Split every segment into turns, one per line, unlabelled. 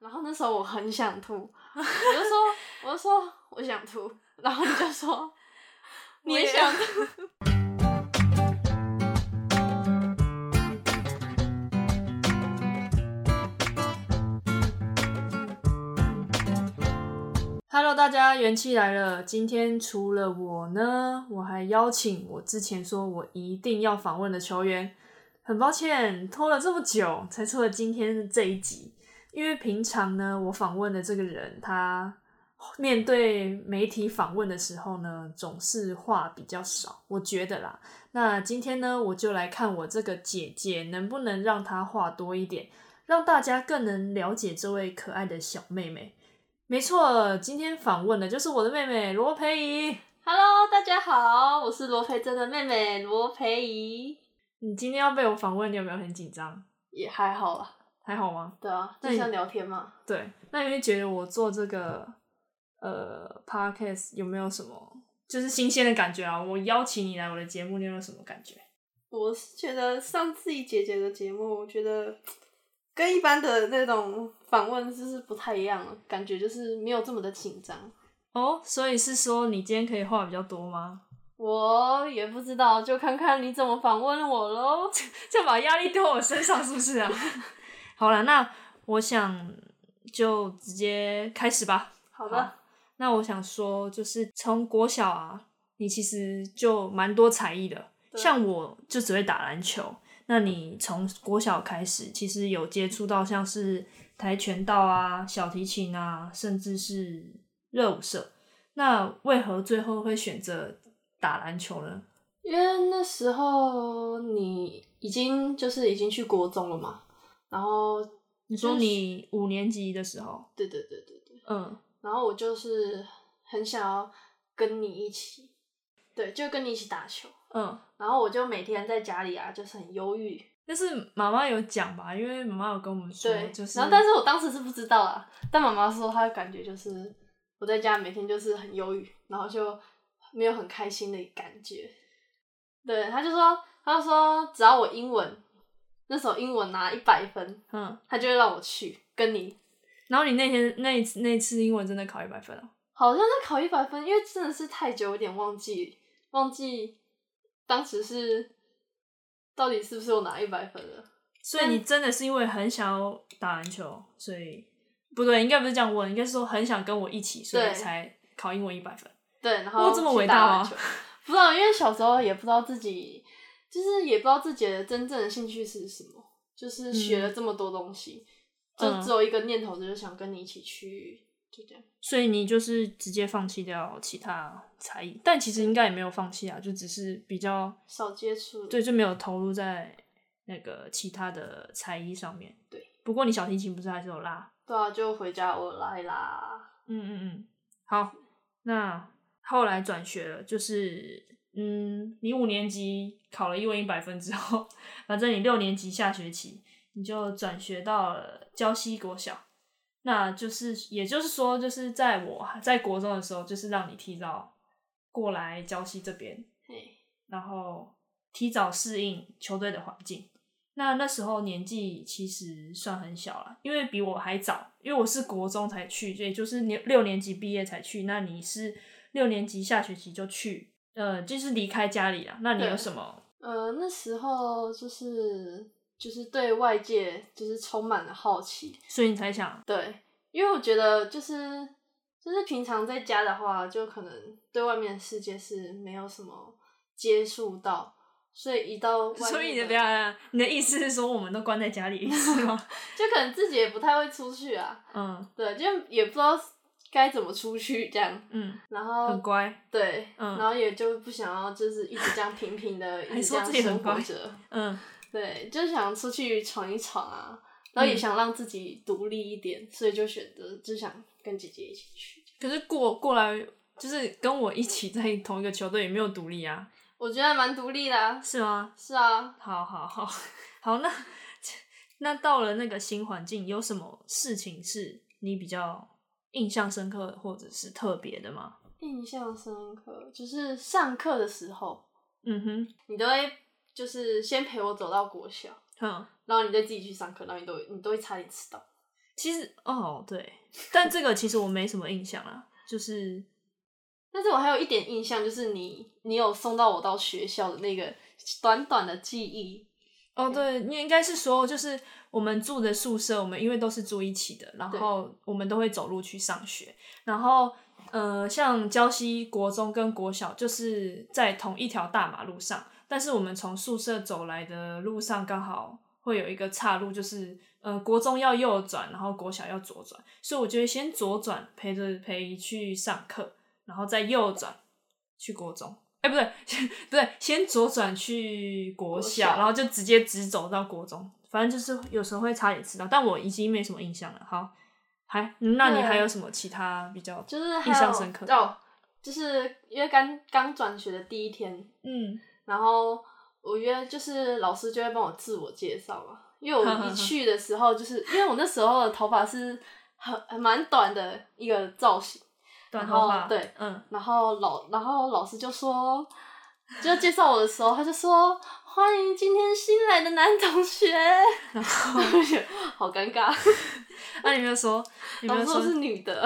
然后那时候我很想 吐，我就说，我就说我想吐，然后你就 说你
我
也
也
想吐。
Hello，大家元气来了。今天除了我呢，我还邀请我之前说我一定要访问的球员。很抱歉，拖了这么久才出了今天这一集，因为平常呢，我访问的这个人，他面对媒体访问的时候呢，总是话比较少，我觉得啦。那今天呢，我就来看我这个姐姐能不能让她话多一点，让大家更能了解这位可爱的小妹妹。没错，今天访问的就是我的妹妹罗培仪。
Hello，大家好，我是罗培珍的妹妹罗培仪，
你今天要被我访问，你有没有很紧张？
也还好啦，
还好吗？
对啊，
那
就
你
像聊天嘛。
对，那你会觉得我做这个呃 podcast 有没有什么就是新鲜的感觉啊？我邀请你来我的节目，你有没有什么感觉？
我是觉得上次一姐姐的节目，我觉得跟一般的那种访问就是不太一样了，感觉就是没有这么的紧张。
哦，所以是说你今天可以话比较多吗？
我也不知道，就看看你怎么访问我喽。
就把压力丢我身上，是不是啊？ 好了，那我想就直接开始吧。
好
好
的，
那我想说，就是从国小啊，你其实就蛮多才艺的。
对
像我就只会打篮球，那你从国小开始，其实有接触到像是跆拳道啊、小提琴啊，甚至是热舞社。那为何最后会选择打篮球呢？
因为那时候你已经就是已经去国中了嘛，然后
你说你五年级的时候，
对对对对对，
嗯，
然后我就是很想要跟你一起，对，就跟你一起打球。
嗯，
然后我就每天在家里啊，就是很忧郁，
但是妈妈有讲吧，因为妈妈有跟我们说
对，，
就是
然后但是我当时是不知道啊，但妈妈说她感觉就是我在家每天就是很忧郁，然后就没有很开心的感觉。对，她就说，她就说只要我英文那时候英文拿一百分，
嗯，
她就会让我去跟你，
然后你那天那一次那一次英文真的考一百分啊？
好像是考一百分，因为真的是太久，有点忘记忘记当时是到底是不是我拿一百分了。
所以你真的是因为很想要打篮球，所以不对，应该不是这样问，应该是说很想跟我一起，所以
对
才考英文一百分。
对，然
哇
后
这
去
么伟
打
大哦
篮
吗
球？不知道，因为小时候也不知道自己，就是也不知道自己的真正的兴趣是什么，就是学了这么多东西，
嗯
就只有一个念头，就是想跟你一起去，就这样。
所以你就是直接放弃掉其他才艺，但其实应该也没有放弃啊，就只是比较
少接触，
对，就没有投入在那个其他的才艺上面。
对，
不过你小提琴不是还是有拉？
对啊，就回家我来啦。
嗯嗯嗯，好，那后来转学了，就是嗯，你五年级考了英文一百分之后，反正你六年级下学期你就转学到了礁溪国小，那就是也就是说，就是在我在国中的时候，就是让你提早过来礁溪这边，
嘿，
然后提早适应球队的环境。那那时候年纪其实算很小了，因为比我还早，因为我是国中才去，也就是你六年级毕业才去。那你是六年级下学期就去，呃，就是离开家里了。那你有
对
什么？
呃，那时候就是就是对外界就是充满了好奇，
所以你才想，
对，因为我觉得就是就是平常在家的话，就可能对外面的世界是没有什么接触到，所以一到外
所以你
面
的表演，你的意思是说我们都关在家里是 吗？
就可能自己也不太会出去啊，
嗯
对，就也不知道该怎么出去这样，
嗯，
然
很
后
乖，
对，
嗯
然后也就不想要就是一直这样平平 的
还
一直这
说
样
自己很
生活
乖
着，
嗯
对，就想出去闯一闯啊。然后也
嗯
想让自己独立一点，所以就选择就想跟姐姐一起去。
可是过过来就是跟我一起在同一个球队，也没有独立啊，
我觉得还蛮独立的、啊，
是吗？
是啊，
好好好好，那那到了那个新环境，有什么事情是你比较印象深刻或者是特别的吗？
印象深刻，就是上课的时候，
嗯哼，
你都会就是先陪我走到国小，
哼，
然后你再自己去上课，然后你都你都会差点迟到。
其实哦对，但这个其实我没什么印象啦，就是
但是我还有一点印象，就是你你有送到我到学校的那个短短的记忆，
哦，对，你应该是说，就是我们住的宿舍，我们因为都是住一起的，然
对
后我们都会走路去上学。然后，呃，像礁溪国中跟国小就是在同一条大马路上，但是我们从宿舍走来的路上刚好会有一个岔路，就是呃，国中要右转，然后国小要左转，所以我就会先左转陪着陪去上课，然后再右转去国中。哎、不对， 先不对，先左转去国小，
国小
然后就直接直走到国中。反正就是有时候会差点迟到，但我已经没什么印象了。好，还那你
对
还有什么其他比较？
就是还
印象
有
深刻
哦，就是因为刚刚转学的第一天，
嗯，
然后我约就是老师就会帮我自我介绍嘛，因为
呵呵
我
呵
一去的时候，就是因为我那时候的头发是很很蛮短的一个造型，
短
然
头
后
发，
对，
嗯，
然后老然后老师就说，就介绍我的时候，他就说欢迎今天新来的男同 学，然 后好尴尬，
那、你没有说，你没
老
有
师我
说，
是女的，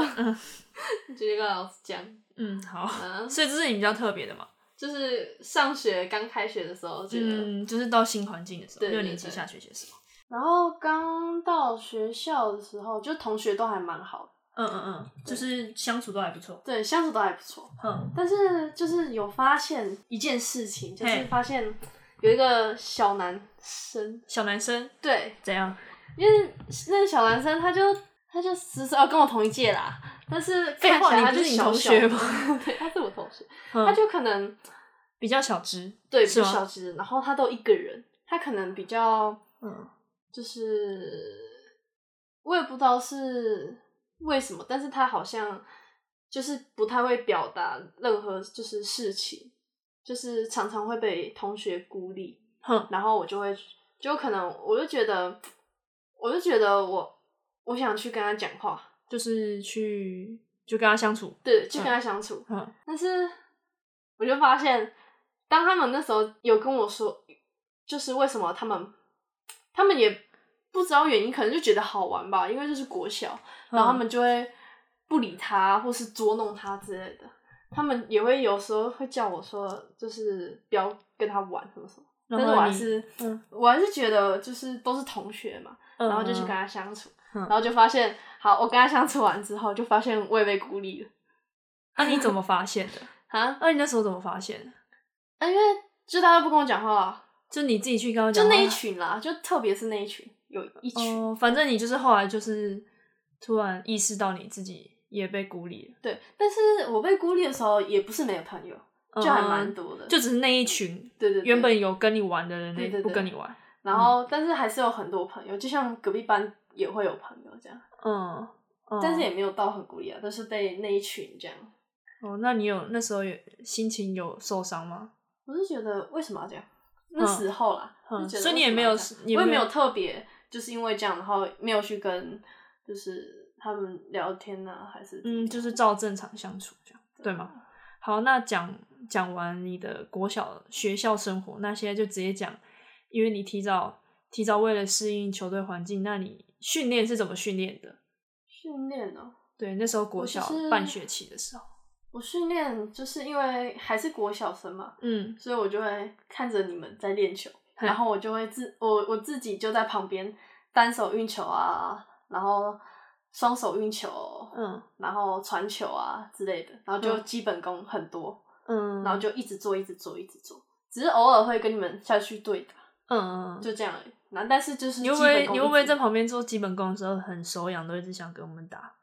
就跟老师讲，
嗯，好，
嗯，
所以这是你比较特别的嘛？
就是上学刚开学的时候觉得。
嗯，就是到新环境的时候，
对对
六年级
对
下学期的时候，
然后刚到学校的时候，就同学都还蛮好的，
嗯嗯嗯，就是相处都还不错，
对，相处都还不错。
嗯，
但是就是有发现一件事情，就是
嘿
发现有一个小男生，
小男生
对，
怎样？
因为那个小男生他就他就十岁，哦，跟我同一届啦，但是
废
看起
话
来
你
他
不
就是
你
小
同
小
学
的
吗？
对，他是我同学，他
嗯，
就可能
比较小只，
对比
是
较
吗
小只，然后他都一个人，他可能比较
嗯，
就是我也不知道是为什么，但是他好像就是不太会表达任何就是事情，就是常常会被同学孤立，
哼，
然后我就会就可能我就觉得，我就觉得我我想去跟他讲话，
就是去就跟他相处，
对，去跟他相处，
嗯
但是我就发现，当他们那时候有跟我说，就是为什么他们，他们也不知道原因，可能就觉得好玩吧，因为就是国小，然
嗯
后他们就会不理他，或是捉弄他之类的。他们也会有时候会叫我说，就是不要跟他玩什么什么，但
然
是
后
我还
你
是，
嗯
我还是觉得就是都是同学嘛，
嗯
然后就去
嗯
跟他相处，
嗯
然后就发现，好，我跟他相处完之后，就发现我也被孤立了
那、你怎么发现的？
啊，
那、你那时候怎么发现的？
啊，因为就大家不跟我讲话啦，
就你自己去跟他
就
讲话，
那一群啦，就特别是那一群，有一群，
哦，反正你就是后来就是突然意识到你自己也被孤立了，
对。但是我被孤立的时候，也不是没有朋友，就还蛮多的，
嗯，就只是那一群
对对对
原本有嗯跟你玩的人，
对对
那
对
不跟你玩，
然后，但是还是有很多朋友，就像隔壁班也会有朋友这样，
嗯，嗯
但是也没有到很孤立啊，都是被那一群这样。
哦，那你有那时候有心情有受伤吗？
我是觉得为什么要这样？那时候啦，
嗯
就觉得
所以你也
为什么
没有
要这样
你也
我也
没
没
有
有特别，就是因为这样，然后没有去跟就是他们聊天呐、还是怎么
嗯，
样
就是照正常相处这样，对吗？好，那讲讲完你的国小学校生活，那现在就直接讲，因为你提早提早为了适应球队环境，那你训练是怎么训练的？
训练哦、
对，那时候国
我就
小
是
半学期的时候，
我训练就是因为还是国小生嘛，
嗯，
所以我就会看着你们在练 球，
嘿
然后我就会自我我自己就在旁边单手运球啊，然后双手运球，
嗯
然后传球啊之类的，然后就
嗯
基本功很多，
嗯，
然后就一直做一直做一直做，只是偶尔会跟你们下去对打，
嗯，嗯嗯
就这样而已。那但是就是
你会不
基本
会
功
你会不会在
一直
旁边做基本功的时候很手痒，都一直想跟我们打？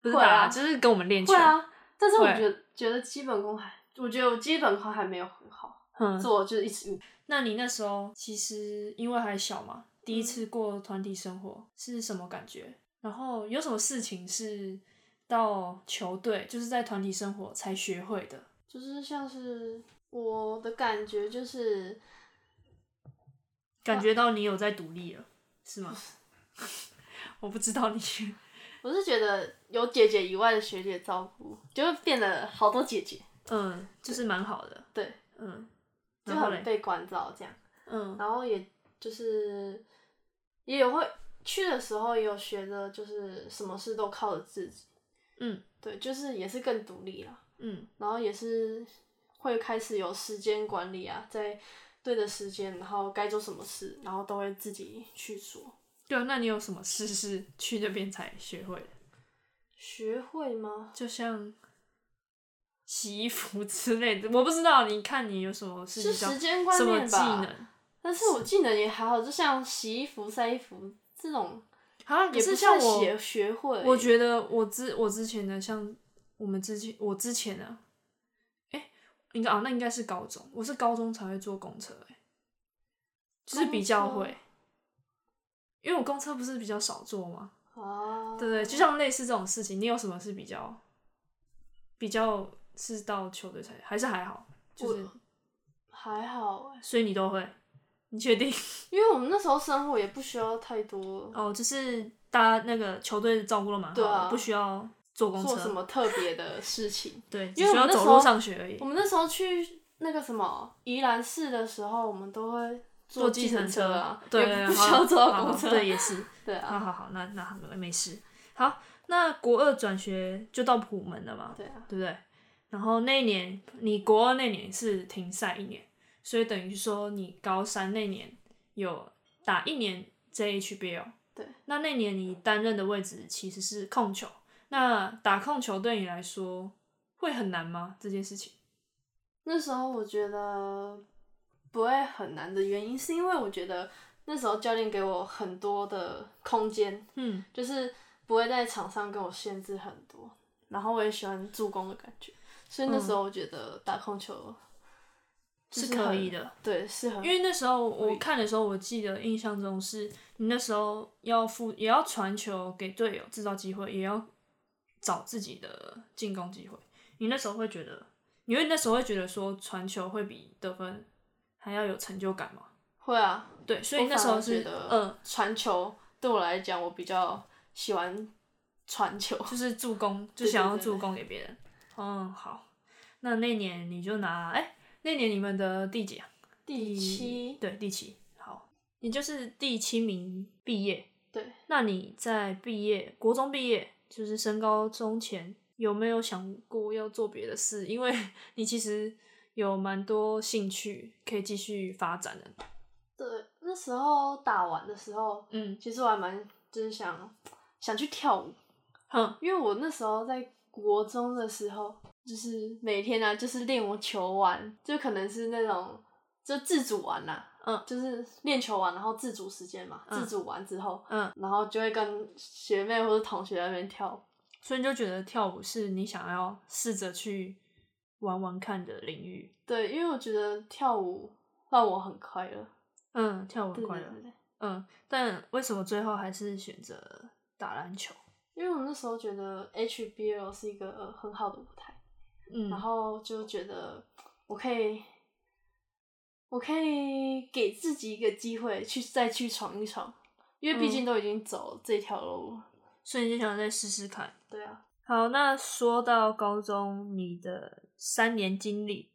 不是
会
打啊，
啊
就是跟我们练球。
会，啊？但是我
会
觉得觉得基本功还，我觉得我基本功还没有很好，
嗯，
所以我就是一直
那你那时候其实因为还小嘛，第一次过团体生活是什么感觉？然后有什么事情是到球队，就是在团体生活才学会的？
就是像是我的感觉就是
感觉到你有在独立了，是吗？ 我不知道你，
我是觉得有姐姐以外的学姐照顾，就会变得好多姐姐，
嗯，就是蛮好的，
对，
嗯，
就
然后
很
嘞，
被关照这样。
嗯
然后也就是也有会去的时候也有学着，就是什么事都靠着自己。
嗯，
对，就是也是更独立了，
嗯
然后也是会开始有时间管理啊，在对的时间，然后该做什么事，然后都会自己去做。
对啊，那你有什么事是去那边才学会的？
学会吗？
就像洗衣服之类的，我不知道。你看你有什么事情
是
比较
时间观
什么
念
技
吧。
能
但是我技能也还好，就像洗衣服、晒衣服这种，
啊？可
也不
是像
算
我，
学学会。
我觉得我之我之前的像我们之前我之前啊，哎、应该啊，那应该是高中，我是高中才会坐公车、欸，就是比较
公车
会，因为我公车不是比较少坐吗？
啊，
对对，就像类似这种事情，你有什么是比较比较是到球队才还是还好，就是
还好哎、
所以你都会，你确定？
因为我们那时候生活也不需要太多
哦，就是大家那个球队照顾的蛮好的，
对啊
不需要坐公
做什
车，。
么特别的事情
对，只
因为
需
我们
要
那
走
时候
路上学而已
我。们那时候去那个什么宜兰市的时候，我们都会坐
计
程
车
啊，
对，
也
对
不
好
需要坐
好
到公
好
车。
对，也是，
对
好
啊，
好好，那那没事，好，那国二转学就到普门了嘛，
对啊，
对不对？然后那一年，你国二那年是停赛一年，所以等于说你高三那年有打一年 JHBL。
对，
那那年你担任的位置其实是控球，那打控球对你来说会很难吗？这件事情？
那时候我觉得不会很难的原因，是因为我觉得那时候教练给我很多的空间，
嗯，
就是不会在场上跟我限制很多，然后我也喜欢助攻的感觉，所以那时候我觉得打控球就是很
可以的。
对是很
因为那时候我看的时候，我记得印象中是你那时候要负也要传球给队友制造机会，也要找自己的进攻机会。你那时候会觉得，你会那时候会觉得说传球会比得分还要有成就感吗？
会啊，
对，所以
我
那
反
时候
而
是
觉得
呃，
传球对我来讲，我比较喜欢传球。
就是助攻，就
对
想要
对对
助攻给别人。嗯，好，那那年你就拿哎、那年你们的第几啊？
第七，
对，第七。好，你就是第七名毕业。
对，
那你在毕业国中毕业，就是升高中前，有没有想过要做别的事？因为你其实有蛮多兴趣可以继续发展的。
对，那时候打完的时候，
嗯，
其实我还蛮就是想想去跳舞，
哼，
因为我那时候在国中的时候，就是每天啊，就是练我球玩，就可能是那种就自主玩啦、
嗯
就是练球玩，然后自主时间嘛，
嗯
自主完之后，
嗯，
然后就会跟学妹或者同学在那边跳舞。
所以你就觉得跳舞是你想要试着去玩玩看的领域。
对，因为我觉得跳舞让我很快乐。
嗯，跳舞很
对
快
对
乐。
对对，
嗯，但为什么最后还是选择打篮球？
因为我那时候觉得 HBL 是一个、呃很好的舞台，
嗯，
然后就觉得我可以，我可以给自己一个机会去再去闯一闯，因为毕竟都已经走这条路了。
所以你就想再试试看。
对啊，
好，那说到高中，你的三年经历，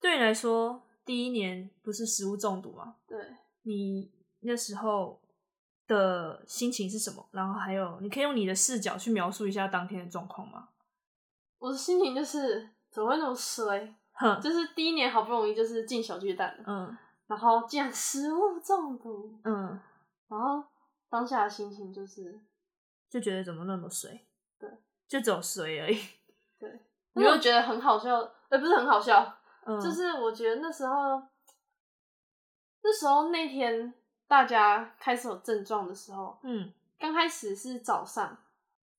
对你来说，第一年不是食物中毒吗？
对，
你那时候的心情是什么？然后还有，你可以用你的视角去描述一下当天的状况吗？
我的心情就是怎么会那么衰？
哼，
就是第一年好不容易就是进小巨蛋了，
嗯
然后竟然食物中毒，
嗯，
然后当下的心情就是
就觉得怎么那么水？
对，
就只有水而已。
因为我觉得很好笑，呃，不是很好笑，
嗯，
就是我觉得那时候，那时候那天大家开始有症状的时候，
嗯
刚开始是早上，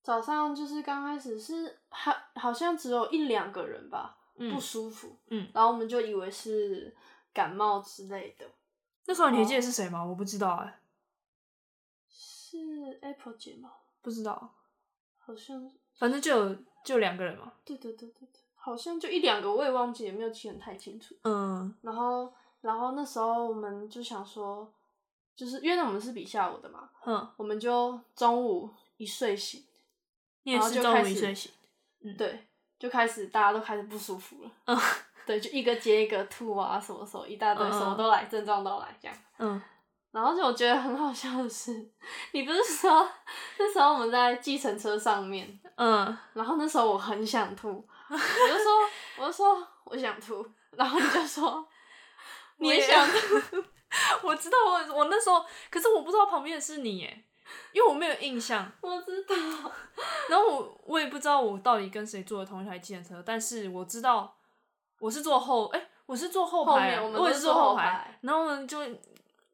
早上就是刚开始是好，好像只有一两个人吧，不
嗯，
舒服，
嗯
然后我们就以为是感冒之类的，
那时候你还记
哦
得是谁吗？我不知道哎、
是 Apple 姐吗？
不知道，
好像，
反正就有就两个人嘛。
对对对对对，好像就一两个，我也忘记，也没有记得太清楚。
嗯
然后，然后那时候我们就想说，就是因为我们是比下午的嘛，
哼，
我们就中午一睡醒，
你也
然后
是
就
中
开
午一
始
睡醒。
对，就开始大家都开始不舒服了，
嗯
对，就一个接一个吐啊，什么什么一大堆，
嗯嗯
什么都来，症状都来这样。
嗯
然后就我觉得很好笑的是， 你不是说那时候我们在计程车上面，
嗯，
然后那时候我很想吐，我就说我就说我想吐，然后你就说 你也想吐，
我知道我我那时候，可是我不知道旁边的是你耶，因为我没有印象。
我知道，
然后我我也不知道我到底跟谁坐的同一台计程车，但是我知道我是坐后，哎、我是坐后
后
排啊，
面我们
我
都
也
是
坐
坐后
排。
排
然后我们就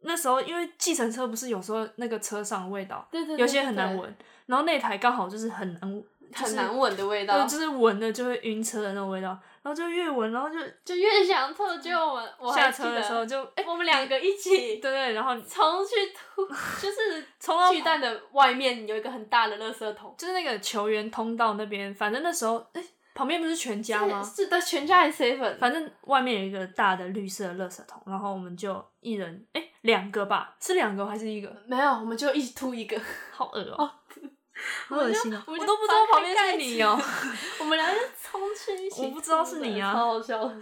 那时候因为计程车不是有时候那个车上的味道
对对对
有些很难
对
闻，然后那台刚好就是很难。
很难闻的味
然
道
后，就是闻了就会晕车的那种味道，然后就越闻，然后就
就越想吐，结果我们我还
嗯下
记
车的时候
得
就哎、
我们两个一起
对对，然后
冲去吐， 就是
冲到
巨蛋的外面有一个很大的垃圾桶。
就是那个球员通道那边，反正那时候哎、旁边不是全家吗？
是的，全家也 seven，
反正外面有一个大的绿色的垃圾桶，然后我们就一人哎两、个吧，是两个还是一个？
没有，我们就一起吐一 个。
好恶哦、好恶心哦、
我们就
我都不知道旁边是你哦、
我们俩就冲去一起吐的，
我不知道是你啊
超好笑的。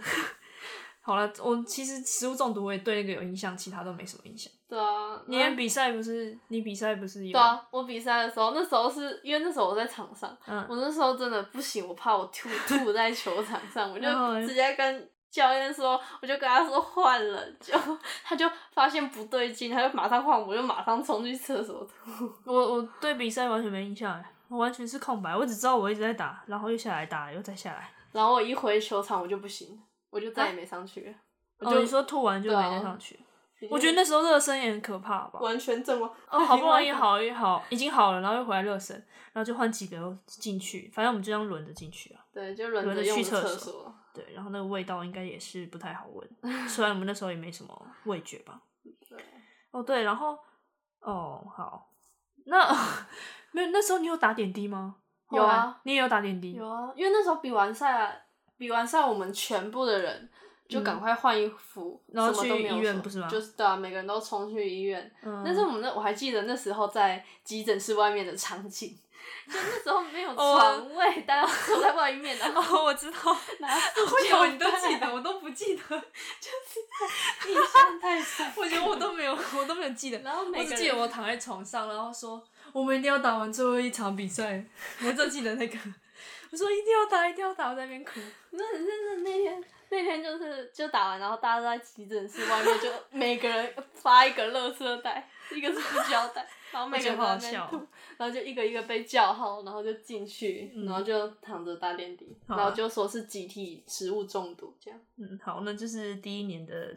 好了，我其实食物中毒我也对那个有印象，其他都没什么印象。
对啊，
你连比赛不是？你比赛不是有？
对啊，我比赛的时候，那时候是因为那时候我在场上，
嗯，
我那时候真的不行，我怕我 吐吐在球场上，我就
然后嘞
直接跟教练说，我就跟他说换了，就 他就发现不对劲，他就马上换我，我就马上冲去厕所吐。
我我对比赛完全没印象哎，我完全是空白，我只知道我一直在打，然后又下来打，又再下来。
然后我一回球场我就不行了，我就再也没上去了。我就、
哦，你说吐完就没
对啊
再上去？
已经
我觉得那时候热身也很可怕吧。
完全阵亡。
哦， 好不容易
好。
好一好，已经好了，然后又回来热身，然后就换几个又进去，反正我们就这样轮着进去啊。
对，就轮
轮着
着用
去
的
厕
厕
所。对，然后那个味道应该也是不太好 闻，虽然我们那时候也没什么味觉吧。
对，
哦，对，然后哦好，那 没有那时候你有打点滴吗？后
有
来
啊，
你也有打点滴
有。啊，因为那时候比完赛啊，比完赛我们全部的人就赶快换衣服，
嗯然后
什么都
去
没有
医院
说
不是吗
就是对啊，每个人都冲去医院。
嗯
但是我们那我还记得那时候在急诊室外面的场景，就那时候没有
哦
床位，大家都坐在外面，然 后
哦，我知道，
拿手
为什么你都
电
记
筒
得，我都不记得，。
印象太深
我觉得我都没有，我都没有记得。
然后
我
每个
只记得
人
我躺在床上，然后说我们一定要打完最后一场比赛，我只记得那个。 我说一定要打，一定要打，我在那边哭。
那真的那天那天就是就打完，然后大家都在急诊室外面，就 每个人发一个垃圾袋，一个是塑胶袋，然后每个人
我觉得好
在那边
笑哦
吐，然后就一个一个被叫号，然后就进去，
嗯
然后就躺着打点滴，
好啊
然后就说是集体食物中毒这样。
嗯，好，那就是第一年的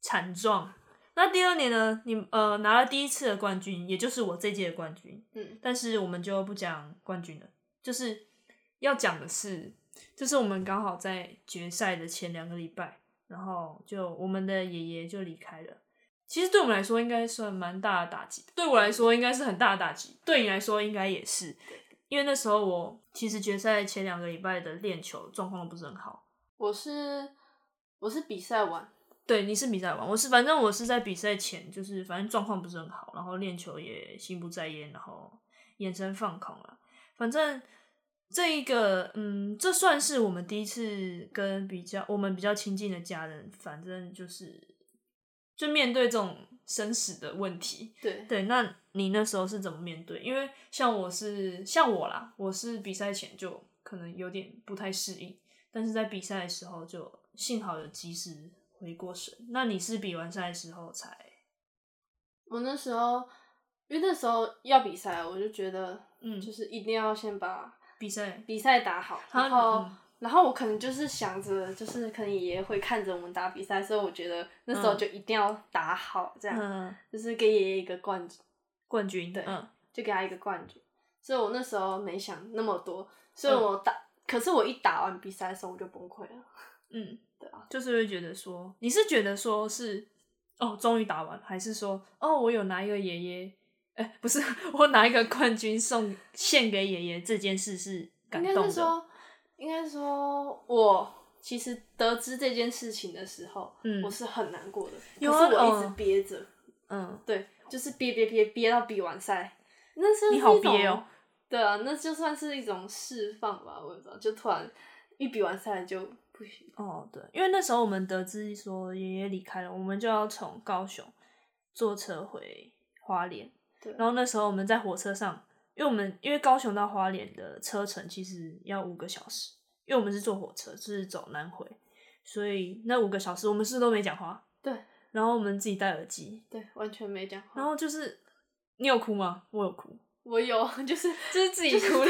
惨状。那第二年呢？你呃拿了第一次的冠军，也就是我这届的冠军。
嗯，
但是我们就不讲冠军了，就是要讲的是，就是我们刚好在决赛的前两个礼拜，然后就我们的爷爷就离开了。其实对我们来说应该算蛮大的打击，对我来说应该是很大的打击，对你来说应该也是，因为那时候我其实决赛前两个礼拜的练球状况都不是很好。
我是我是比赛完，
对，你是比赛完，我是反正我是在比赛前，就是反正状况不是很好，然后练球也心不在焉，然后眼神放空了。反正这一个，嗯，这算是我们第一次跟比较我们比较亲近的家人，反正就是就面对这种生死的问题，
对，
对，那你那时候是怎么面对？因为像我是像我啦，我是比赛前就可能有点不太适应，但是在比赛的时候就幸好有及时回过神。那你是比完赛的时候才
我那时候因为那时候要比赛，我就觉得
嗯
就是一定要先把
比赛？
比赛打好，
啊
然后。
嗯
然后我可能就是想着，就是可能爷爷会看着我们打比赛，所以我觉得那时候
嗯
就一定要打好，这样、
嗯，
就是给爷爷一个冠军，
冠军
对
嗯
就给他一个冠军。所以我那时候没想那么多，所以我打，可是我一打完比赛的时候我就崩溃了。
嗯，
对啊，
就是会觉得说，你是觉得说是哦，终于打完，还是说哦，我有拿一个爷爷，哎、不是， 我拿一个冠军送献给爷爷这件事是感
应该
动
是
的，
说，应该是说我其实得知这件事情的时候，
嗯
我是很难过的，
有
可
啊
是我一直
嗯
憋着，
嗯。
对，就是憋憋憋憋到比完赛，那是
你好
一种
憋哦。
对啊，那就算是一种释放吧，我也不知道，就突然一比完赛就不行。
哦，对，因为那时候我们得知说爷爷离开了，我们就要从高雄坐车回花莲，
对
然后那时候我们在火车上，因为我们因为高雄到花莲的车程其实要五个小时，因为我们是坐火车，是走南回，所以那五个小时我们是不是都没讲话，
对，
然后我们自己戴耳机，
对，完全没讲话。
然后就是你有哭吗？我有哭，
我有， 就是
就是自己哭了，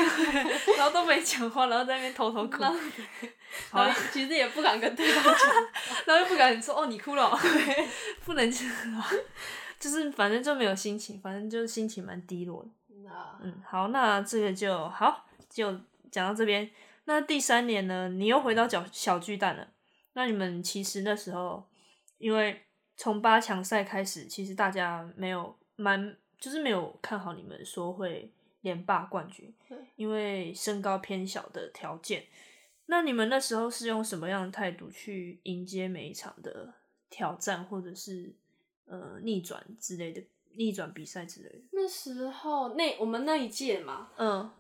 然后都没讲话，然后在那边偷偷哭，
然后
好啊
然后其实也不敢跟对方讲，
然后又不敢说哦，你哭了哦， 不能这样啊，就是反正就没有心情，反正就是心情蛮低落的。
那
嗯，好，那这个就好，就讲到这边。那第三年呢，你又回到小小巨蛋了。那你们其实那时候，因为从八强赛开始，其实大家没有蛮就是没有看好你们说会连霸冠军
对，
因为身高偏小的条件。那你们那时候是用什么样的态度去迎接每一场的挑战，或者是呃逆转之类的逆转比赛之类的？
那时候那我们那一届嘛，
嗯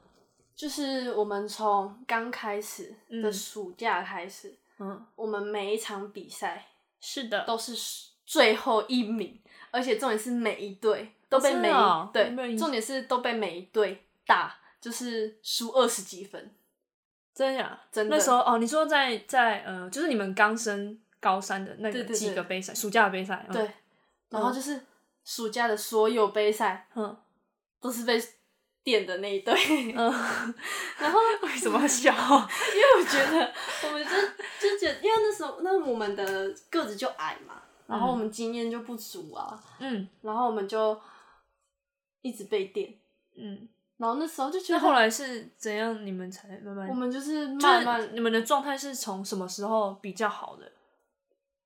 就是我们从刚开始的
嗯
暑假开始，
嗯，
我们每一场比赛
是的，
都是最后一名，而且重点是每一队都被
真的
每一、
哦有没有
对，
影
重点是都被每一队打，就是输二十几分，
真的假的
真的
那时候哦，你说在在呃，就是你们刚升高三的那
对
个
对对
几个杯赛，暑假的杯赛，嗯
对，，然后就是暑假的所有杯赛
嗯
都是被垫的那一队，
嗯，
然后
为什么 要笑？
因为我觉得我们就就觉得，因为那时候那我们的个子就矮嘛，然后我们经验就不足啊，
嗯
然后我们就一直被垫，
嗯，
然后那时候就觉
那
得
后来是怎样？你们才慢慢
我们就是
就是
慢慢
你们的状态是从什么时候比较好的？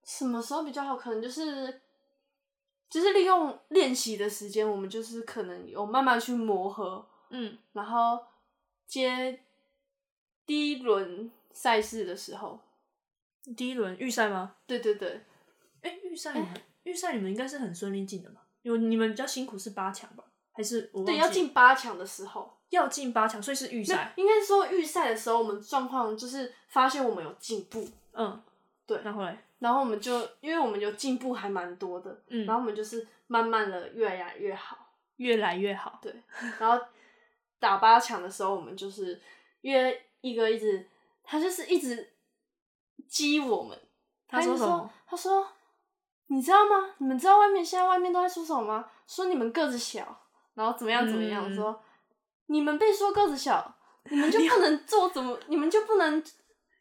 什么时候比较好？可能就是，就是利用练习的时间，我们就是可能有慢慢去磨合，
嗯
然后接第一轮赛事的时候，
第一轮预赛吗？
对对对，
哎、预赛你们、预赛你们应该是很顺利进的吧？有你们比较辛苦是八强吧？还是我忘
对
记
要进八强的时候，
要进八强，所以是预
没有
赛。
应该说预赛的时候，我们状况就是发现我们有进步，
嗯，
对
然后嘞，
然后我们就因为我们有进步还蛮多的，
嗯
然后我们就是慢慢的越来越好，
越来越好。
对，然后打八强的时候，我们就是因为一哥一直，他就是一直激我们。
他
就
说什
说
么？：“
他说，你知道吗？你们知道外面现在外面都在说什么吗？说你们个子小，然后怎么样怎么样？
嗯
说你们被说个子小，你们就不能做怎么？你们就不能，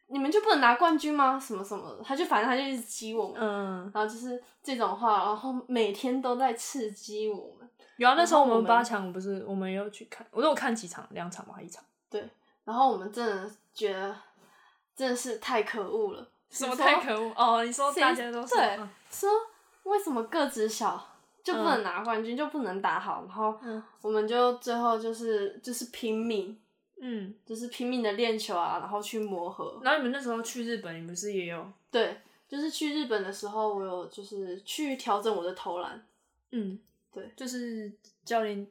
你们就不能拿冠军吗？什么什么的？他就反正他就一直激我们，
嗯，
然后就是这种话，然后每天都在刺激我们。”
有啊，那时候
然后
我
我
们
们
八强不是我们也有去看，我都有看几场，两场吧，还一场。
然后我们真的觉得真的是太可恶了，比如说
恶哦！你说
谁
对
对，说嗯为什么个子小就不能拿冠军，就不能打好，然后
嗯
我们就最后就是就是拼命，
嗯。
就是拼命的练球啊，然后去磨合。
然后你们那时候去日本，你们是也有
对，就是去日本的时候，我有就是去调整我的投篮，
嗯，
对，
就是教练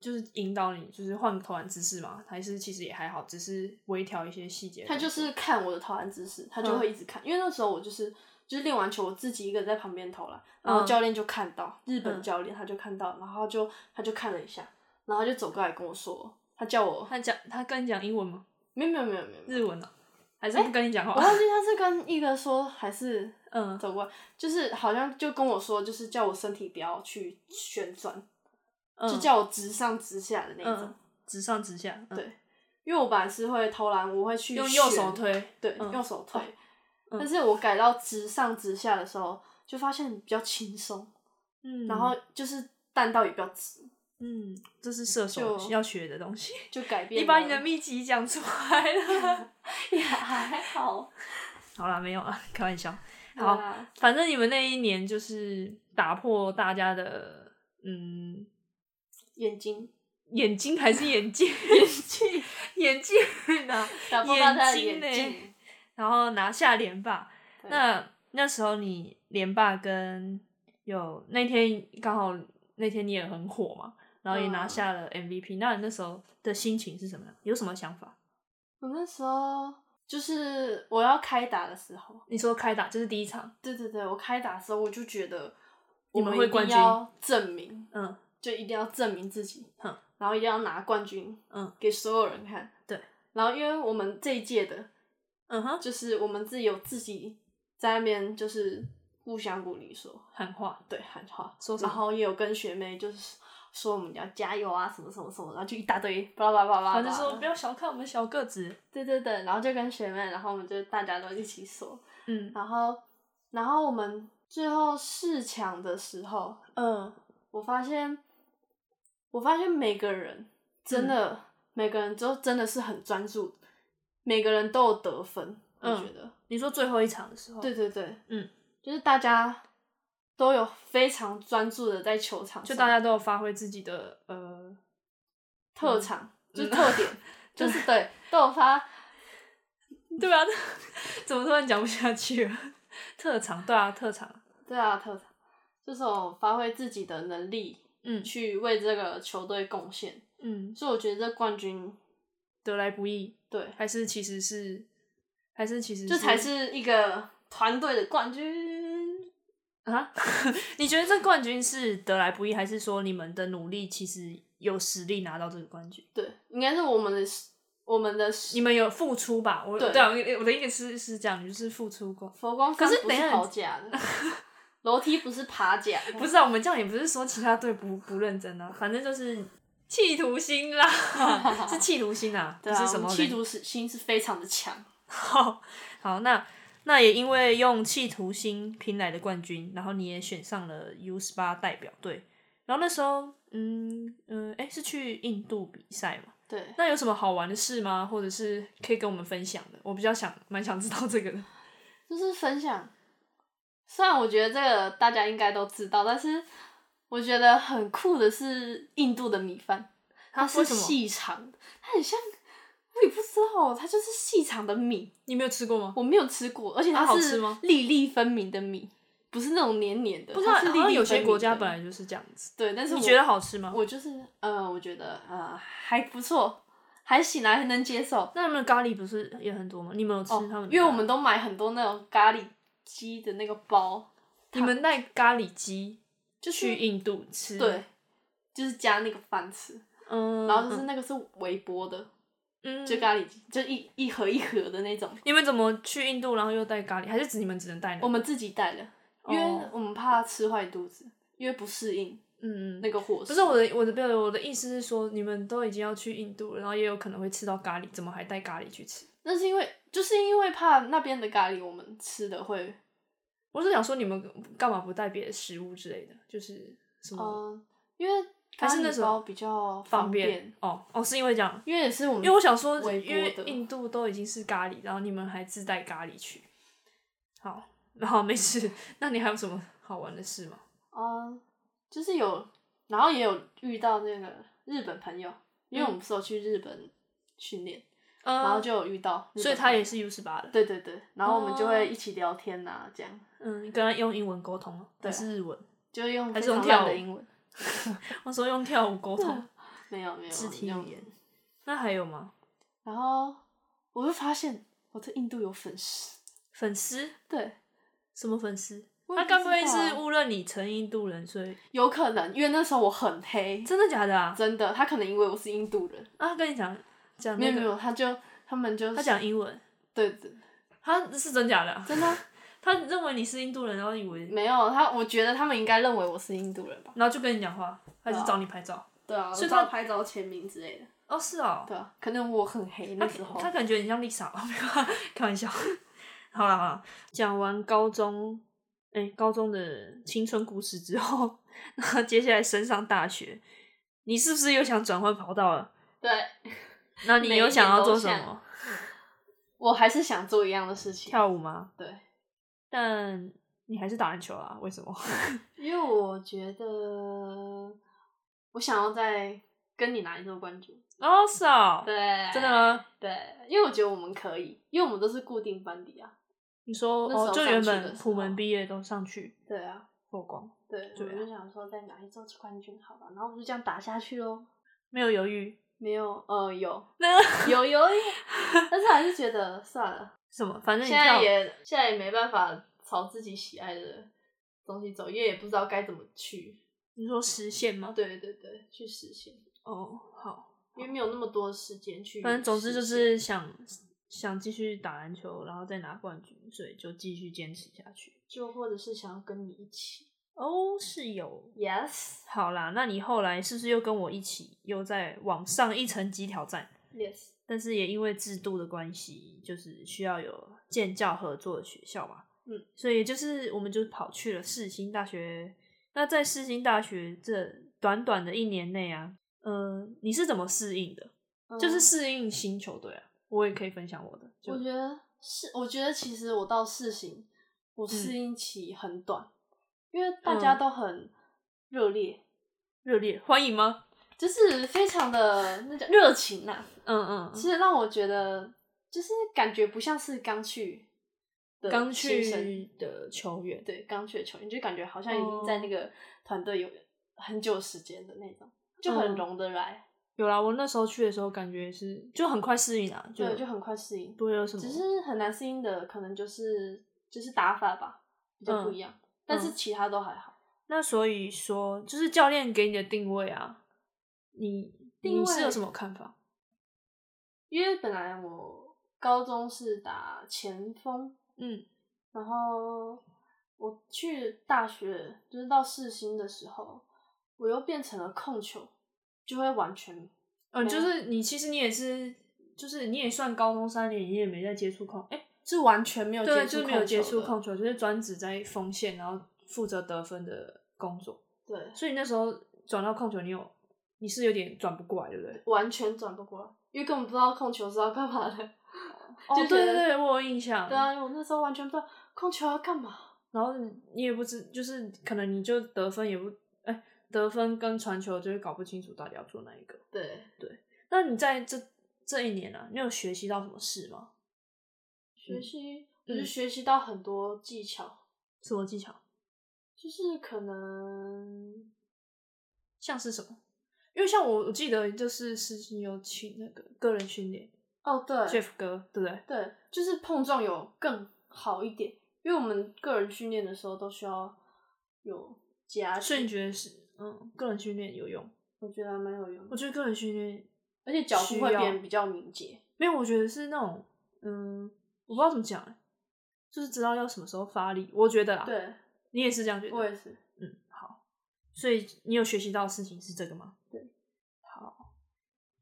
就是引导你，就是换投篮姿势嘛，还是其实也还好，只是微调一些细节。
他就是看我的投篮姿势，他
嗯
就会一直看，因为那时候我就是。就是练完球，我自己一个人在旁边投篮，然后
嗯
教练就看到，日本
嗯
教练他就看到，然后就他就看了一下，然后他就走过来跟我说，他叫我，
他讲他跟你讲英 文吗？
没有没有没有没有，没有
日文啊？还是不跟你讲话？
哎我忘记他是跟一个说还是
嗯，
走过来，就是好像就跟我说，就是叫我身体不要去旋转，
嗯
就叫我直上直下的那一种。
嗯直上直下，嗯
对因为我本来是会投篮，我会去
用右手
旋，
推，
对，
嗯
用手推。
嗯
但是我改到直上直下的时候，就发现比较轻松，
嗯
然后就是弹道也比较直，
嗯，这是射手
就
要学的东西。
就改变了。
你把你的秘籍讲出来了。
也还 好，
好啦，没有啦， 开玩笑。
对
好，
啊
反正你们那一年就是打破大家的嗯
眼睛
眼睛还是眼 镜，眼镜 眼镜啊，
打破大家的
眼睛
眼
呢
睛，
然后拿下连霸。
对
那那时候你连霸跟有那天刚好那天你也很火嘛，然后也拿
嗯
下了 MVP、那你那时候的心情是什么样？有什么想法？
我那时候就是我要开打的时候，
你说开打就是第一场，
对对对，我开打的时候我就觉得我
你们
们
会
一
冠
定
军
要证明，
嗯，
就一定要证明自己，
哼
然后一定要拿冠军，
嗯，
给所有人看。
对，
然后因为我们这一届的，
嗯哼，
就是我们自己有自己在那边就是互相鼓励说，
喊话，
对，喊话，
说什
然
么？
后也有跟学妹就是说我们要加油啊，什么什么什么，然后就一大堆巴拉巴拉巴拉，
反正说不要小看我们小个子，
对对对，然后就跟学妹，然后我们就大家都一起说，
嗯
然后然后我们最后试抢的时候，
嗯，
我发现，我发现每个人真的，
嗯
每个人都真的是很专注，每个人都有得分，
嗯
我觉得，
你说最后一场的时候，
对，对对，
嗯，
就是大家都有非常专注的在球场
就
上
大家都有发挥自己的呃，
特
嗯
长，就是特 点，就是对，都有发，
对啊， 怎么突然讲不下去了？ 特长，对啊，特长，
对啊，特长，就是我发挥自己的能力
嗯
去为这个球队贡献，
嗯，
所以我觉得这冠军，
得来不易，
对，
还是其实是，还是其实
这才是一个团队的冠军。
啊？ 你觉得这冠军是得来不易，还是说你们的努力其实有实力拿到这个冠军？
对，应该是我们的我们的
你们有付出吧？我
对
对啊，我我的意思是是这样，你就是付出过。
佛光
可
山
是
不
等一
是
下
跑假 的，楼梯不是爬假的，
不是啊，我们这样也不是说其他队不不认真啊，反正就是企图心啦， 是企图心啊，
对
不
啊，
是什
我
么
们企
人
图心是非常的强。
好，好，那那也因为用企图心拼来的冠军，然后你也选上了 U 十八代表队。然后那时候，嗯嗯，哎、是去印度比赛嘛？
对，
那有什么好玩的事吗？或者是可以跟我们分享的？我比较想蛮想知道这个的。
就是分享。虽然我觉得这个大家应该都知道，但是我觉得很酷的是印度的米饭，它是
啊为什么
细长的，它很像，我也不知道，它就是细长的米，
你没有吃过吗？
我没有吃过，而且
啊
它
好吃
是
吗
粒粒分明的米，不是那种黏黏的，
不知道，
它
好
是粒粒分
像
明
有
的
些国家
米
本来就是这样子。
对，但是
你
我
觉得好吃吗？
我就是呃，我觉得呃还不错，还行啊，还能接受。
那他们的咖喱不是也很多吗？你们有吃他
哦
们的咖喱、，
因为我们都买很多那种咖喱鸡的那个包，
你们带咖喱鸡
就是
去印度吃，
对，，就是加那个饭吃，
嗯，
然后就是那个是微波的，
嗯，
就咖喱鸡，就一一盒一盒的那种，
你们怎么去印度，然后又带咖喱？还是只你们只能带那个？
我们自己带的，因为
哦
我们怕吃坏肚子，因为不适应
嗯，嗯
那个伙
不
食。
是我的，我的，不是我的意思是说，你们都已经要去印度了，然后也有可能会吃到咖喱，怎么还带咖喱去吃？
那是因为就是因为怕那边的咖喱我们吃的会，
我是想说，你们干嘛不带别的食物之类的？就是
嗯、
什么
因为
还
咖
是那
喱
种
包比较
方
便，
哦哦，哦是因为这样，
因为也是我们
因为我想说，
微波
因为
的
印度都已经是咖喱，然后你们还自带咖喱去，好， 然后没事。那你还有什么好玩的事吗？
嗯，就是有，然后也有遇到那个日本朋友，因为我们不是有去日本训练，
嗯，
然后就有遇到日本朋友，
所以他也是 U 十八的，
对对对，然后我们就会
哦
一起聊天呐、这样
嗯，跟他用英文沟通，哦
对
还
啊
是日文？
就用
还
非
是用
常烂
跳
的
舞
英 文，
我说用跳舞沟通，
没有没有
肢体
啊用
语言。那还有吗？
然后我就发现我在印度有粉 丝，
粉丝
对，
什么粉丝？
我也
他该
知
不会
道
是
啊
误认你成印度人，所以
有可能，因为那时候我很黑，
真的假的啊？
真的，他可能以为我是印度人，
啊，他跟你讲讲
没
哦那
有没
个，
有，他就他们就
他讲英文，
对对，
他是真假的啊？
真 的啊
他认为你是印度人，然后以为，
没有他，我觉得他们应该认为我是印度人吧。
然后就跟你讲话，还
对
是
啊
找你拍照？
对啊，
所以
我照
他
拍照签名之类的。
哦，是哦，
对啊，可能我很黑
他
那时候。
他感觉你像 Lisa，没 有啊开玩笑。好了好了，讲完高中，哎、高中的青春故事之后， 那接下来升上大学，你是不是又想转换跑道了？
对，
那你有想要做什
每一年都
么？
我还是想做一样的事情。
跳舞吗？
对，
但你还是打篮球啊？为什么？
因为我觉得我想要再跟你拿一座冠军。
哦，是哦，
对，
真的？吗？
对，因为我觉得我们可以，因为我们都是固定班底啊。
你说
那时候
哦，就
上
原
去的
本
时
普门
候
毕业都上去
对啊，
破光，
对，
对啊
我就想说再拿一座冠军好了，然后我就这样打下去喽。
没有 犹豫。
没有，呃，有
那
有有，但是还是觉得算了。
什么？反正你
现在
跳舞
也现在也没办法朝自己喜爱的东西走，因为也不知道该怎么去。
你说实现吗？
对对对，去实现，
哦，好，
因为没有那么多时间去实现。
反正总之就是想想继续打篮球，然后再拿冠军，所以就继续坚持下去。
就或者是想要跟你一起。
哦，是有。
Yes,
好啦，那你后来是不是又跟我一起又在往上一层级挑战？
yes，
但是也因为制度的关系，就是需要有建教合作的学校嘛。
嗯，
所以就是我们就跑去了世新大学。那在世新大学这短短的一年内啊，呃，你是怎么适应的？
嗯
就是适应新球队啊。我也可以分享我的，就
我觉得是，我觉得其实我到试行，我适应期很短，因为大家
嗯
都很热烈，
热烈欢迎吗？
就是非常的那叫热情呐、
嗯嗯，
其实让我觉得就是感觉不像是刚去的
刚
新生
去的球员，
对刚去的球员，就感觉好像已经
哦
在那个团队有很久时间的那种，就很
嗯
融得来，
有啦。我那时候去的时候，感觉是就很快适应啊，就
对，就很快适应。
不会有什么，
只是很难适应的，可能就是就是打法吧，比较不
嗯
一样，但是其他都还好。
那所以说，就是教练给你的定位啊，你
定
你是有
位
什么看法？
因为本来我高中是打前锋，
嗯
然后我去大学就是到世新的时候，我又变成了控球，就会完全
嗯，
没
就
有啊
是你其实你也是，就是你也算高中三年，你也没在接触控，哎、是完全没
有接
对，
触
就是没有
控
接
球
触
的
控球，就是专职在锋线，然后负责得分的工作。
对
所以那时候转到控球，你有你是有点转不过来，对不对？
完全转不过来，因为根本不知道控球是要干嘛的。
哦，对
就觉
对
得
对，我有印象。
对啊，因为我那时候完全不知道控球要干嘛。
然后你也不知，就是可能你就得分也不，哎、得分跟传球就是搞不清楚到底要做哪一个。
对，
那你在这这一年啊，你有学习到什么事吗？
学
嗯
习、
嗯
我就学习到很多技巧，
什么技巧？
就是可能
像是什么？因为像我，我记得就是实习有请那个个人训练
哦，对，
，Jeff 哥，对不对？
对，就是碰撞有更好一点，因为我们个人训练的时候都需要有加
瞬
训，
觉是，嗯，个人训练有用。
我觉得还蛮有用
我
的，
觉得个人训练
而且脚
需
步会
要
变比较敏捷。
没有，我觉得是那种，嗯，我不知道怎么讲、欸，就是知道要什么时候发力。我觉得啊，
对，
你也是这样觉得，
我也是。
嗯，好，所以你有学习到的事情是这个吗？
对，
好，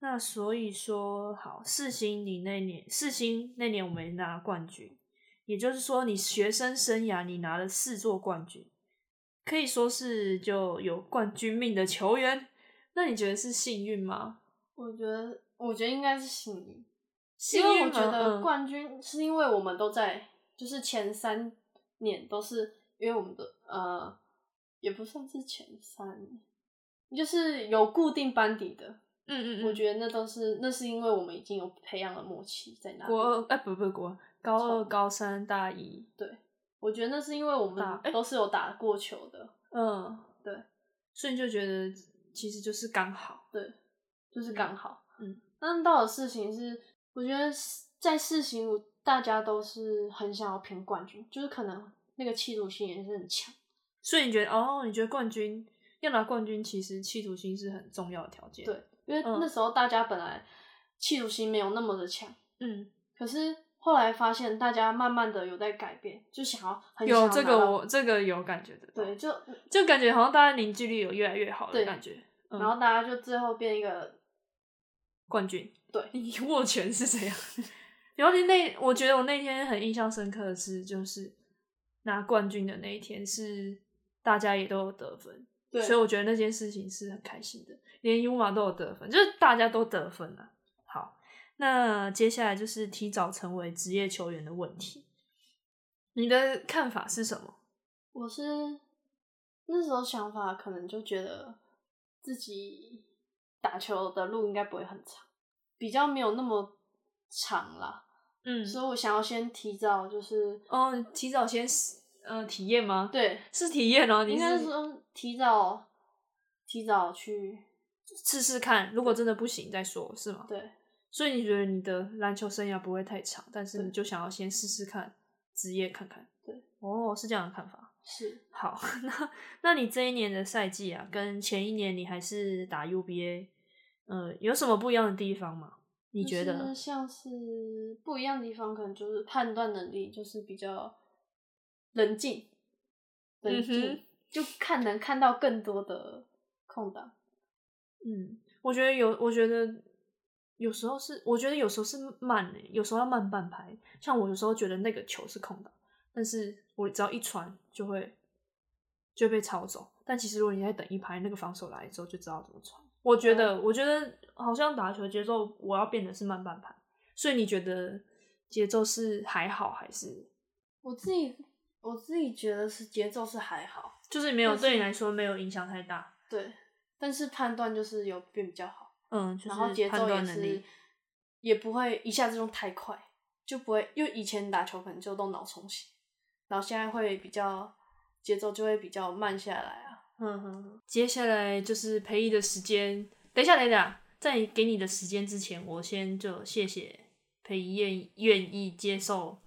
那所以说，好，四星你那年，四星那年我们拿冠军，也就是说，你学生生涯你拿了四座冠军，可以说是就有冠军命的球员。那你觉得是幸运吗？
我觉得，我觉得应该是幸运，
幸
因为
运
我
吗
觉得
嗯
冠军是因为我们都在，就是前三年都是因为我们的呃，也不算是前三年，就是有固定班底的。
嗯嗯
我
嗯，
觉得那都是那是因为我们已经有培养了默契在那里。
国二哎、不不国二高二
错
高三大一，
我觉得那是因为我
打
们
诶
都是有打过球的，
嗯，
对，
所以你就觉得其实就是刚好，
就是刚好。
嗯，
但到了事情是，我觉得是在事情大家都是很想要拼冠军，就是可能那个企图心也是很强。
所以你觉得哦，你觉得冠军要拿冠军，其实企图心是很重要的条件。，
对，因为
嗯
那时候大家本来企图心没有那么的强，
嗯，
可是后来发现大家慢慢的有在改变，就想要很想要
有这
拿
个
到
我这个有感觉的，
对，，就
就感觉好像大家凝聚力有越来越好的
对
感觉。嗯
然后大家就最后变一个
冠军，
对
你 握拳是怎样？然后你那，我觉得我那天很印象深刻的是，就是拿冠军的那一天是大家也都有得分，
对
所以我觉得那件事情是很开心的，连 u 马都有得分，就是大家都得分了、好，那接下来就是提早成为职业球员的问题，你的看法是什么？
我是那时候想法可能就觉得自己打球的路应该不会很长，比较没有那么长啦，
嗯，
所以我想要先提早就是
哦，提早先呃体验吗？，
对，
是体验哦，你
应该是
是
说提早提早去
试试看，如果真的不行再说，是吗？
对
所以你觉得你的篮球生涯不会太长，但是
对
你就想要先试试看，职业看看。
对，
哦，是这样的看法。
是
好， 那那你这一年的赛季啊，跟前一年你还是打 UBA，呃，有什么不一样的地方吗？你觉
就是？
得
像是不一样的地方，可能就是判断能力就是比较冷静，冷静、
嗯哼
就看能看到更多的空档。
嗯，我觉得有，我觉得有时候是，我觉得有时候是慢、欸，有时候要慢半拍。像我有时候觉得那个球是空的，但是我只要一传就会就被抄走。但其实如果你在等一拍，那个防守来之后就知道怎么传。我觉
啊
得，我觉得好像打球节奏，我要变得是慢半拍。所以你觉得节奏是还好，还是
我自己我自己觉得是节奏是还好，
就是没有
就是
对你来说没有影响太大？
对，但是判断就是有变比较好，
嗯，就
然后
是
节
判
奏也
断能力
是。也不会一下子用太快，就不会因为以前打球可能就都脑冲洗，然后现在会比较节奏就会比较慢下来啊。
嗯哼，哼接下来就是培育的时间。等一下，等一下，在给你的时间之前，我先就谢谢培仪愿愿意接受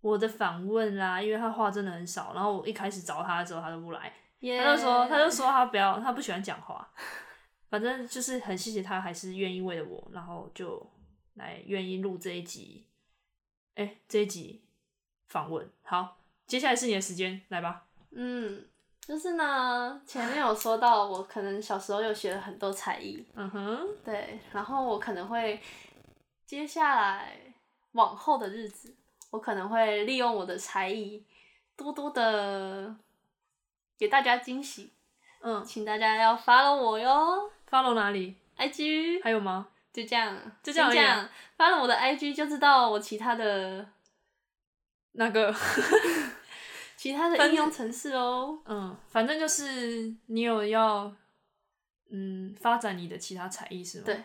我的访问啦，因为他话真的很少。然后我一开始找他的时候，他都不来，
哎
他就说他就说他不要，他不喜欢讲话。反正就是很谢谢他，还是愿意为了我，然后就来愿意录这一集，哎、这一集访问。好，接下来是你的时间，来吧。
嗯，就是呢，前面有说到我可能小时候有学了很多才艺，
嗯哼，
对，然后我可能会接下来往后的日子，我可能会利用我的才艺，多多的给大家惊喜，
嗯。
请大家要 follow 我哟
follow 哪里？
，IG，
还有吗？
就这样，
就这样而已啊
先样 follow 我的 IG 就知道我其他的
那个，
其他的
反
应用
正
程式哦，
嗯，反正就是你有要，嗯，发展你的其他才艺是吗？
对，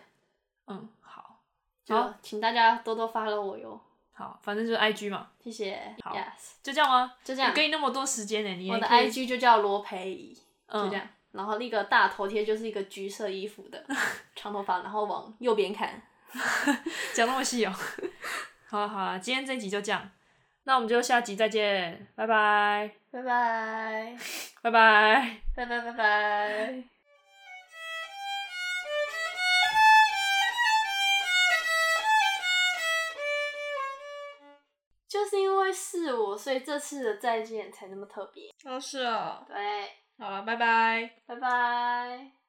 嗯，好，
就
好
请大家多多 follow 我哟，
好，反正就是 IG 嘛，
谢谢
好
，yes。
就这样吗？
就这
我
样。
给你那么多时间呢、你也
我的
可以
IG 就叫罗培仪，就
嗯
这样。然后那个大头贴就是一个橘色衣服的长头发，然后往右边看。
讲那么细哦、 好了好了，今天这集就这样，那我们就下集再见，拜拜，
拜拜，
拜拜。
拜拜，拜拜。就是因为是我，所以这次的再见才那么特别。
哦，是哦，
对，
好了，拜拜。
拜拜。